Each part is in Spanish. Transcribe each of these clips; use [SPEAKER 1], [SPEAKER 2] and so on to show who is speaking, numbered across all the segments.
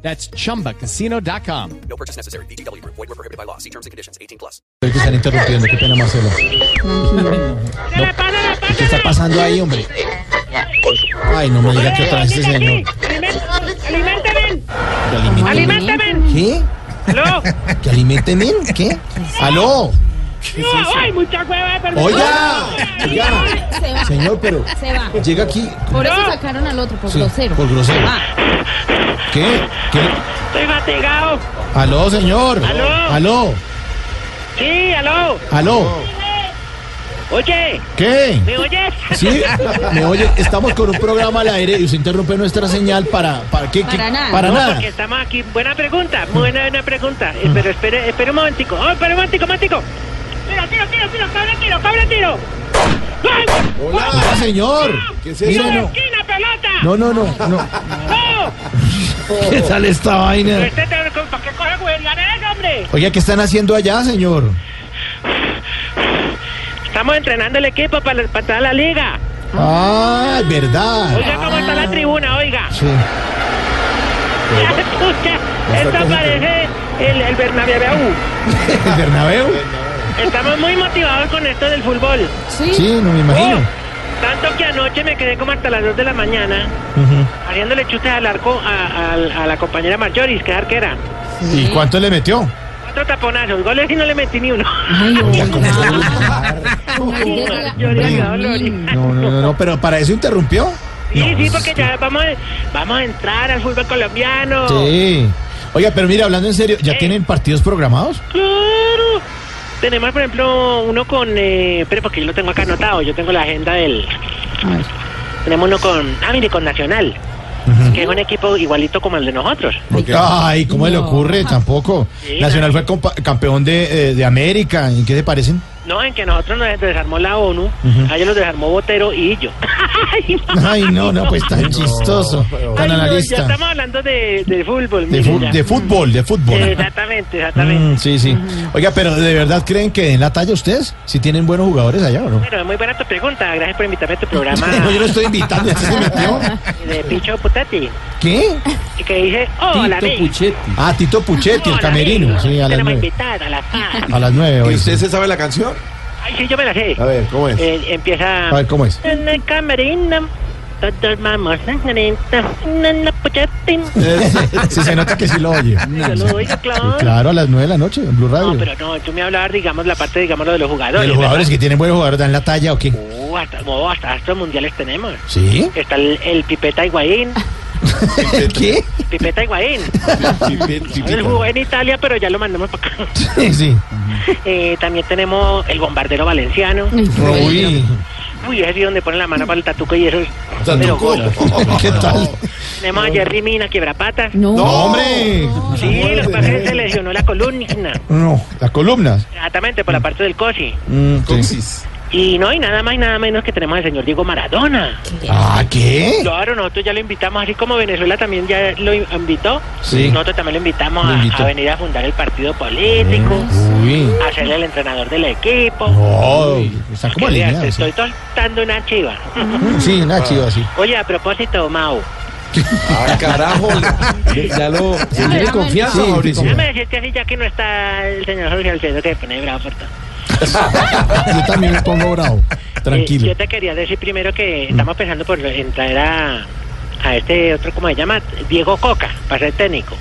[SPEAKER 1] That's chumbacasino.com.
[SPEAKER 2] No purchase necessary. BGW. Void were prohibited by law. See terms and conditions. 18 plus.
[SPEAKER 3] Creo que están interrumpiendo, qué pena Marcelo. ¿Qué está pasando ahí, hombre? Ay, no me diga que otra vez este señor.
[SPEAKER 4] ¡Aliméntame!
[SPEAKER 3] ¿Que alimenten?
[SPEAKER 4] ¡Aliméntame!
[SPEAKER 3] ¿Qué?
[SPEAKER 4] ¡Aló!
[SPEAKER 3] ¿Que alimenten él? ¿Qué? ¿Aló?
[SPEAKER 4] ¡No! ¡Ay, mucha hueva! perdón.
[SPEAKER 3] Oiga, oiga.
[SPEAKER 5] Se va,
[SPEAKER 3] Señor, pero
[SPEAKER 5] se va.
[SPEAKER 3] llega aquí
[SPEAKER 5] Por eso sacaron al otro, por
[SPEAKER 3] sí,
[SPEAKER 5] grosero.
[SPEAKER 3] por grosero.
[SPEAKER 5] Va.
[SPEAKER 3] ¿Qué? ¿Qué?
[SPEAKER 4] ¡Estoy fatigado!
[SPEAKER 3] ¿Aló, señor?
[SPEAKER 4] Aló.
[SPEAKER 3] ¿Aló?
[SPEAKER 4] ¡Sí, aló!
[SPEAKER 3] ¿Aló?
[SPEAKER 4] Oye,
[SPEAKER 3] ¿Qué?
[SPEAKER 4] ¿me oyes?
[SPEAKER 3] Sí, me oye, estamos con un programa al aire y usted interrumpe nuestra señal para... ¿Para qué? qué?
[SPEAKER 5] Para nada.
[SPEAKER 3] Para
[SPEAKER 4] No,
[SPEAKER 3] nada.
[SPEAKER 4] porque estamos aquí. Buena pregunta, buena, buena pregunta. Eh, Pero espere, espere un momentico. ¡Oh, espere un momentico, momentico! ¡Tiro, tiro, tiro, tiro! ¡Cabra, tiro, cabra, tiro! ¡Ay!
[SPEAKER 3] Oiga, Ah, señor.
[SPEAKER 4] ¡Tiro la
[SPEAKER 3] Míralo.
[SPEAKER 4] esquina, pelota!
[SPEAKER 3] No, no, no, no.
[SPEAKER 4] ¡No!
[SPEAKER 3] ¿Qué tal esta vaina?
[SPEAKER 4] Este te- ¿Para qué coge huelga de eso, hombre?
[SPEAKER 3] Oiga, ¿qué están haciendo allá, señor?
[SPEAKER 4] Estamos entrenando el equipo para, para entrar a la liga.
[SPEAKER 3] Ah, verdad.
[SPEAKER 4] Oiga, ¿cómo está la tribuna, oiga?
[SPEAKER 3] Ah. Sí.
[SPEAKER 4] Escucha, esto parece el, el Bernabéu.
[SPEAKER 3] ¿El Bernabéu?
[SPEAKER 4] Estamos muy motivados con esto del fútbol. Oh,
[SPEAKER 5] Sí.
[SPEAKER 3] Sí, no me imagino.
[SPEAKER 4] Tanto que anoche me quedé como hasta las 2 de la mañana
[SPEAKER 3] Ujú.
[SPEAKER 4] haciéndole chutes al arco a, a- a la compañera Marjoris, que es arquera.
[SPEAKER 3] ¿Y cuánto le metió?
[SPEAKER 4] Cuatro taponazos, goles y no le metí ni uno.
[SPEAKER 5] Ay, oiga. Ay, de
[SPEAKER 4] Marjorie al lado de
[SPEAKER 5] la-
[SPEAKER 4] la
[SPEAKER 5] Dios mío.
[SPEAKER 4] orilla.
[SPEAKER 3] No, no, no, no, pero para eso interrumpió.
[SPEAKER 4] Sí, sí, porque ya vamos, a- vamos a entrar al fútbol colombiano.
[SPEAKER 3] Sí. Oiga, pero mira, hablando en serio, ¿ya
[SPEAKER 4] Eh.
[SPEAKER 3] tienen partidos programados?
[SPEAKER 4] Claro. Tenemos, por ejemplo, uno con... Eh, pero porque yo lo tengo acá anotado, yo tengo la agenda del...
[SPEAKER 5] Ay.
[SPEAKER 4] Tenemos uno con... Ah, mire, con Nacional. Que es un equipo igualito como el de nosotros.
[SPEAKER 3] Ay, ¿cómo le
[SPEAKER 5] No.
[SPEAKER 3] ocurre? Tampoco.
[SPEAKER 4] Sí,
[SPEAKER 3] Nacional fue compa- campeón de, eh, de América. ¿En qué se parecen?
[SPEAKER 4] No, en que nosotros nos desarmó la ONU, a ellos los desarmó Botero y yo. Ay, no.
[SPEAKER 3] Ay, no, no, pues tan chistoso.
[SPEAKER 4] Ay,
[SPEAKER 3] Tan
[SPEAKER 4] no, ya
[SPEAKER 3] analista.
[SPEAKER 4] estamos hablando de, de fútbol.
[SPEAKER 3] De,
[SPEAKER 4] mire
[SPEAKER 3] fu-
[SPEAKER 4] ya.
[SPEAKER 3] de fútbol, de fútbol.
[SPEAKER 4] Eh, Exactamente, exactamente.
[SPEAKER 3] Mm, sí, sí. Oiga, pero ¿de verdad creen que en la talla ustedes? ¿Si tienen buenos jugadores allá o no?
[SPEAKER 4] Bueno, es muy buena tu pregunta. Gracias por invitarme a tu programa
[SPEAKER 3] No, yo lo estoy invitando. ¿Usted se metió?
[SPEAKER 4] de Picho Putati.
[SPEAKER 3] ¿Qué?
[SPEAKER 4] Y que dije, hola, Tito
[SPEAKER 3] Ah, Tito Puchetti, el camerino. Sí, a las
[SPEAKER 4] Tenemos
[SPEAKER 3] nueve.
[SPEAKER 4] invitada a la paz.
[SPEAKER 3] A las nueve hoy.
[SPEAKER 6] ¿Y usted se sabe la canción?
[SPEAKER 4] Ay, sí, yo me la sé.
[SPEAKER 6] A ver, ¿cómo es?
[SPEAKER 4] Eh, empieza...
[SPEAKER 3] A ver, ¿cómo es?
[SPEAKER 4] En el camerino, todos vamos en el Puchetti.
[SPEAKER 3] Sí, se nota que sí lo oye.
[SPEAKER 4] Yo lo oigo,
[SPEAKER 3] Sí,
[SPEAKER 4] claro.
[SPEAKER 3] claro, a las nueve de la noche, en Blue Radio.
[SPEAKER 4] No, pero no, tú me hablabas, digamos, la parte, digamos, lo de los jugadores.
[SPEAKER 3] ¿De los jugadores que tienen buenos jugadores dan la talla o qué?
[SPEAKER 4] ¿verdad? Oh, hasta, oh, hasta estos mundiales tenemos.
[SPEAKER 3] ¿Sí?
[SPEAKER 4] Está el, el Pipeta Higuaín.
[SPEAKER 3] ¿Qué?
[SPEAKER 4] Pipeta Higuaín. Él jugó en Italia, pero ya lo mandamos para acá.
[SPEAKER 3] Sí, sí.
[SPEAKER 4] Eh, también tenemos el bombardero valenciano.
[SPEAKER 3] Uy,
[SPEAKER 4] Uy, ese es donde ponen la mano para el tatuco y eso. es- pero
[SPEAKER 6] Tatuco.
[SPEAKER 4] bueno.
[SPEAKER 3] ¿qué tal?
[SPEAKER 4] Tenemos a Jerry Mina, quiebrapatas.
[SPEAKER 5] No.
[SPEAKER 3] ¡No, hombre!
[SPEAKER 4] Sí, los padres se lesionó la columna.
[SPEAKER 3] No, las columnas.
[SPEAKER 4] Exactamente, por la parte del cosi.
[SPEAKER 3] Mm, sí.
[SPEAKER 6] Coxis.
[SPEAKER 4] Y no, y nada más y nada menos que tenemos al señor Diego Maradona.
[SPEAKER 3] ¿Ah, qué?
[SPEAKER 4] Claro, nosotros ya lo invitamos, así como Venezuela también ya lo invitó.
[SPEAKER 3] Sí.
[SPEAKER 4] Nosotros también lo invitamos
[SPEAKER 3] Lo
[SPEAKER 4] a-
[SPEAKER 3] invitó.
[SPEAKER 4] a, venir a fundar el partido político,
[SPEAKER 3] ¿Eh? Uy.
[SPEAKER 4] a ser el entrenador del equipo.
[SPEAKER 3] No, está como
[SPEAKER 4] Que veas,
[SPEAKER 3] alineado.
[SPEAKER 4] te
[SPEAKER 3] sí. Ah.
[SPEAKER 4] estoy soltando una chiva.
[SPEAKER 3] Sí, una chiva, sí.
[SPEAKER 4] Oye, a propósito, Mau,
[SPEAKER 6] Ah, carajo. Ya lo.
[SPEAKER 5] tiene Ah, confianza,
[SPEAKER 3] sí,
[SPEAKER 6] Mauricio.
[SPEAKER 3] sí,
[SPEAKER 4] déjame decirte así, ya que no está el señor Jorge Alfredo, que se pone bravo por todo.
[SPEAKER 3] Yo también me pongo bravo.
[SPEAKER 4] Eh,
[SPEAKER 3] Tranquilo. Mm.
[SPEAKER 4] yo te quería decir primero que estamos pensando por en traer a, a este otro, ¿cómo se llama? Diego Coca, para ser técnico.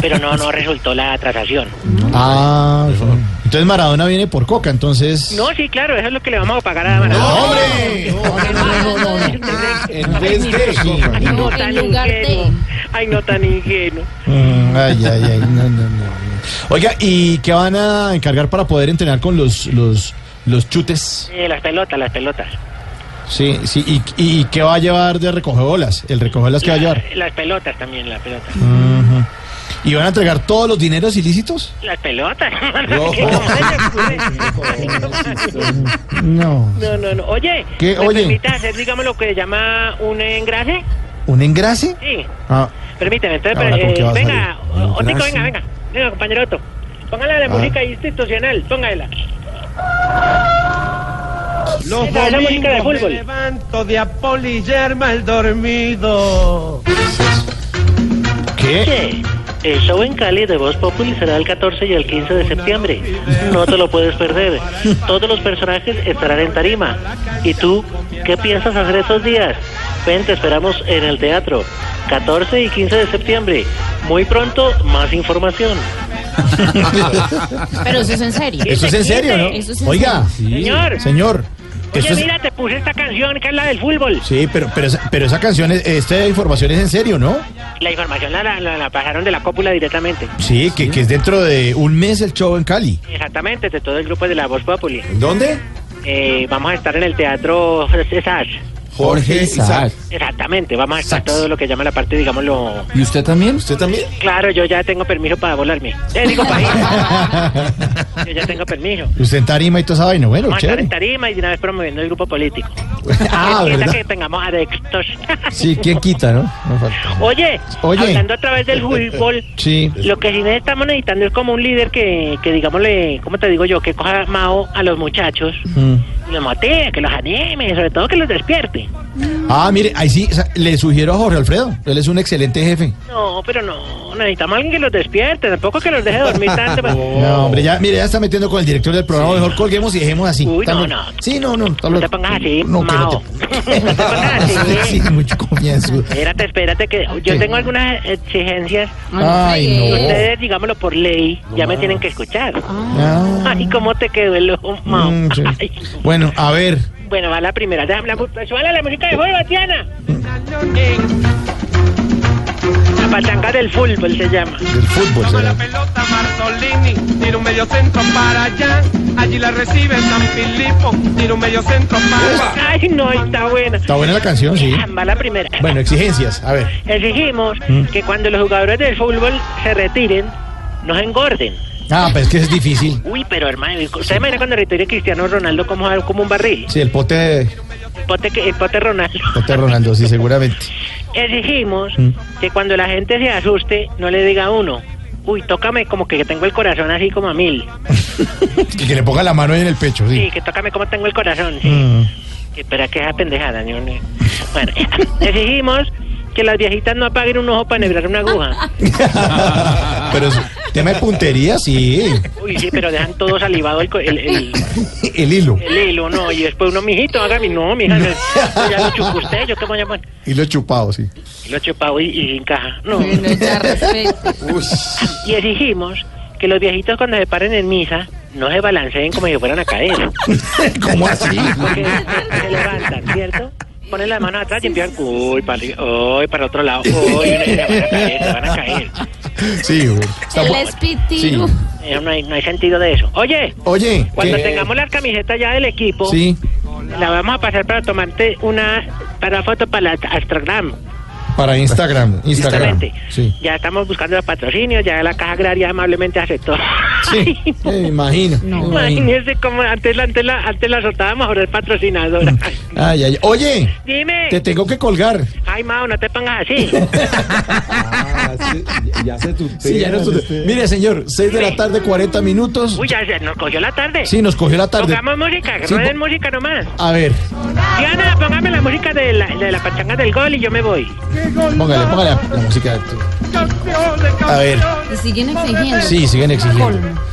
[SPEAKER 4] Pero no, no resultó la transacción.
[SPEAKER 3] Ah, sí. entonces Maradona viene por Coca, entonces.
[SPEAKER 4] No, sí, claro, eso es lo que le vamos a pagar a Maradona.
[SPEAKER 3] hombre! No, no, no, no, no, no.
[SPEAKER 6] En vez de.
[SPEAKER 3] Sí.
[SPEAKER 4] No,
[SPEAKER 5] En
[SPEAKER 4] tan
[SPEAKER 5] lugar de-
[SPEAKER 4] ingenuo. Ay, no tan ingenuo.
[SPEAKER 3] Mm, Ay, ay, ay. No, no, no, no. Oiga, ¿y qué van a encargar para poder entrenar con los los los chutes?
[SPEAKER 4] Eh, las pelotas, las pelotas.
[SPEAKER 3] Sí, sí. ¿Y, y qué va a llevar de recoger bolas? El recoger bolas que va a llevar. Mm.
[SPEAKER 4] Las pelotas también, las pelotas.
[SPEAKER 3] Ujú. ¿Y van a entregar todos los dineros ilícitos?
[SPEAKER 4] Las pelotas.
[SPEAKER 6] No.
[SPEAKER 4] ¿Qué? ¿Cómo se le ocurre?
[SPEAKER 3] No.
[SPEAKER 4] No, no, no. Oye,
[SPEAKER 3] ¿Qué?
[SPEAKER 4] ¿me
[SPEAKER 3] Oye.
[SPEAKER 4] permites hacer, digamos, lo que se llama un engrase?
[SPEAKER 3] ¿Un engrase?
[SPEAKER 4] Sí.
[SPEAKER 3] Ah,
[SPEAKER 4] Permíteme, entonces,
[SPEAKER 3] Ahora,
[SPEAKER 4] pero,
[SPEAKER 3] ¿con qué
[SPEAKER 4] eh,
[SPEAKER 3] vas a
[SPEAKER 4] venga,
[SPEAKER 3] ir?
[SPEAKER 4] o- Otico,
[SPEAKER 6] Gracias.
[SPEAKER 4] venga, venga, venga, compañero Otto. Póngala
[SPEAKER 3] Ah.
[SPEAKER 4] la música institucional, póngala.
[SPEAKER 7] Los
[SPEAKER 4] Esa es la música de
[SPEAKER 7] domingos me
[SPEAKER 4] fútbol.
[SPEAKER 7] levanto de Apoli Yerma el dormido.
[SPEAKER 3] ¿qué?
[SPEAKER 4] Oye, el show en Cali de Voz Populi será el 14 y el 15 de septiembre. No te lo puedes perder. Todos los personajes estarán en tarima. ¿Y tú qué piensas hacer esos días? Ven, te esperamos en el teatro. 14 y 15 de septiembre. Muy pronto, más información.
[SPEAKER 5] Pero eso es en serio.
[SPEAKER 3] Eso es en serio, ¿no?
[SPEAKER 5] Eso es en
[SPEAKER 3] Oiga,
[SPEAKER 4] Señor.
[SPEAKER 3] señor.
[SPEAKER 4] Oye,
[SPEAKER 3] esto es-
[SPEAKER 4] mira, te puse esta canción que es la del fútbol.
[SPEAKER 3] Sí, pero, pero, esa- pero esa canción, es- esta información es en serio, ¿no?
[SPEAKER 4] La información la, la- la- la pasaron de la cópula directamente.
[SPEAKER 3] Sí, que, que es dentro de un mes el show en Cali.
[SPEAKER 4] Exactamente, de todo el grupo de la Voz Populi.
[SPEAKER 6] ¿En dónde?
[SPEAKER 4] Eh, vamos a estar en el teatro César.
[SPEAKER 6] Jorge Isaac.
[SPEAKER 4] Exactamente, vamos a estar
[SPEAKER 3] Sax.
[SPEAKER 4] todo lo que llama la parte, digámoslo.
[SPEAKER 8] ¿Y usted también?
[SPEAKER 6] ¿Usted también?
[SPEAKER 4] Claro, yo ya tengo permiso para volarme. Eh, digo, para ir. yo ya tengo permiso.
[SPEAKER 3] Usted en tarima y toda esa vaina, bueno,
[SPEAKER 4] Vamos a estar
[SPEAKER 3] chévere.
[SPEAKER 4] en tarima y de una vez promoviendo el grupo político.
[SPEAKER 3] Ah,
[SPEAKER 4] Quieta
[SPEAKER 3] ¿verdad?
[SPEAKER 4] que tengamos adeptos.
[SPEAKER 3] Sí, ¿quién quita, no? No falta.
[SPEAKER 4] Oye,
[SPEAKER 3] Oye.
[SPEAKER 4] hablando a través del fútbol,
[SPEAKER 3] Sí.
[SPEAKER 4] lo que sí estamos necesitando es como un líder que, que digámosle, ¿cómo te digo yo? Que coja mao a los muchachos
[SPEAKER 3] Mm.
[SPEAKER 4] y los motive, que los anime, sobre todo que los despierte.
[SPEAKER 3] Ah, mire, ahí sí, o sea, le sugiero a Jorge Alfredo. Él es un excelente jefe.
[SPEAKER 4] No, pero no, necesitamos alguien que los despierte, tampoco que los deje dormir tanto. pues.
[SPEAKER 3] No, hombre, ya, mire, ya está metiendo con el director del programa. Mejor colguemos y dejemos así.
[SPEAKER 4] Uy,
[SPEAKER 3] Está
[SPEAKER 4] no,
[SPEAKER 3] muy-
[SPEAKER 4] no.
[SPEAKER 3] Sí, no, no. está
[SPEAKER 4] No
[SPEAKER 3] loco.
[SPEAKER 4] te pongas así,
[SPEAKER 3] No, que no
[SPEAKER 4] Mao.
[SPEAKER 3] te-
[SPEAKER 4] No te pongas así.
[SPEAKER 3] Sí, mucho comienzo.
[SPEAKER 4] Espérate, espérate, que yo
[SPEAKER 3] ¿Qué?
[SPEAKER 4] tengo algunas exigencias.
[SPEAKER 3] Ay,
[SPEAKER 5] friegue.
[SPEAKER 3] no.
[SPEAKER 4] Ustedes, digámoslo por ley, ya me tienen que escuchar.
[SPEAKER 3] Ah,
[SPEAKER 4] Ay, cómo te quedó el ojo, Mao.
[SPEAKER 3] mm, sí.
[SPEAKER 4] Ay.
[SPEAKER 3] Bueno, a ver.
[SPEAKER 4] Bueno, va la primera. Déjame la, mu- súbale la música de fútbol, Tatiana. La pachanga del fútbol se llama.
[SPEAKER 3] Del fútbol
[SPEAKER 7] Toma la
[SPEAKER 3] será.
[SPEAKER 7] pelota Bartolini, tira un medio centro para allá. Allí la recibe San Filipo, tira un medio centro para acá.
[SPEAKER 4] Ay, no, está buena.
[SPEAKER 3] Está buena la canción, sí.
[SPEAKER 4] Va la primera.
[SPEAKER 3] Bueno, exigencias. A ver.
[SPEAKER 4] Exigimos
[SPEAKER 3] Mm.
[SPEAKER 4] que cuando los jugadores del fútbol se retiren, nos engorden.
[SPEAKER 3] Ah, pero es que es difícil.
[SPEAKER 4] Uy, pero hermano, ¿usted imagina cuando retire Cristiano Ronaldo como, como un barril?
[SPEAKER 3] Sí, el pote,
[SPEAKER 4] Pote, que- el pote Ronaldo.
[SPEAKER 3] pote Ronaldo, sí, seguramente.
[SPEAKER 4] Exigimos
[SPEAKER 3] Mm.
[SPEAKER 4] que cuando la gente se asuste, no le diga a uno, uy, tócame como que tengo el corazón así como a mil.
[SPEAKER 3] Y que le ponga la mano ahí en el pecho,
[SPEAKER 4] Sí,
[SPEAKER 3] sí.
[SPEAKER 4] que tócame como tengo el corazón. Sí.
[SPEAKER 3] Mm.
[SPEAKER 4] Espera que esa pendejada, ni un- Bueno, eh, exigimos que las viejitas no apaguen un ojo para nebrar una aguja.
[SPEAKER 3] Pero es- tema de puntería, sí.
[SPEAKER 4] Uy, sí, pero dejan todo salivado el, co- el- el-
[SPEAKER 3] El hilo.
[SPEAKER 4] el hilo, ¿no? Y después uno, mijito, hágame, no, mija, no, ya lo chupó usted, yo cómo llaman.
[SPEAKER 3] Hilo chupado, sí.
[SPEAKER 4] Y lo chupado y, y encaja. No.
[SPEAKER 5] Bueno, ya respete.
[SPEAKER 4] Y exigimos que los viejitos cuando se paren en misa no se balanceen como si fueran a caer.
[SPEAKER 3] ¿Cómo así?
[SPEAKER 4] Porque se levantan, ¿cierto? Ponen las manos atrás y empiezan, uy, para, arri- uy, para otro lado, uy, se van a caer, se van a caer.
[SPEAKER 3] Sí, güey. Está
[SPEAKER 5] El
[SPEAKER 3] bu-
[SPEAKER 5] espitivo.
[SPEAKER 3] Sí.
[SPEAKER 4] Eh, No hay, no hay sentido de eso. Oye,
[SPEAKER 3] Oye,
[SPEAKER 4] cuando
[SPEAKER 3] ¿qué?
[SPEAKER 4] tengamos la camiseta ya del equipo,
[SPEAKER 3] Sí,
[SPEAKER 4] la vamos a pasar para tomarte una para foto para la Astrogram.
[SPEAKER 3] para Instagram. Instagram.
[SPEAKER 4] Exactamente.
[SPEAKER 3] Sí.
[SPEAKER 4] Ya estamos buscando los patrocinios, ya la Caja Agraria amablemente aceptó.
[SPEAKER 3] Sí,
[SPEAKER 4] Ay, no.
[SPEAKER 3] eh, me imagino.
[SPEAKER 5] No.
[SPEAKER 3] me imagino.
[SPEAKER 4] Imagínese cómo antes la, antes la, antes la azotábamos, ahora es patrocinadora. Ay,
[SPEAKER 3] Ay, ay. Oye,
[SPEAKER 4] Dime.
[SPEAKER 3] Mm. te tengo que colgar.
[SPEAKER 4] Ay, Mao, no te pongas así.
[SPEAKER 6] Ah, sí, ya- ya se tutea.
[SPEAKER 3] Sí, ya no estoy-
[SPEAKER 6] este-
[SPEAKER 3] Mire, señor, 6 de la tarde, 40 minutos.
[SPEAKER 4] Uy, ya se nos cogió la tarde.
[SPEAKER 3] Sí, nos cogió la tarde.
[SPEAKER 4] Pongamos música, que
[SPEAKER 3] Sí,
[SPEAKER 4] no
[SPEAKER 3] po-
[SPEAKER 4] den música nomás.
[SPEAKER 3] A ver,
[SPEAKER 4] Diana, póngame la música de la, de la pachanga del gol y yo me voy.
[SPEAKER 3] póngale, póngale la música.
[SPEAKER 7] Campeones,
[SPEAKER 3] A ver.
[SPEAKER 7] campeones.
[SPEAKER 5] Y siguen exigiendo.
[SPEAKER 3] Sí, siguen exigiendo.
[SPEAKER 5] Colmo.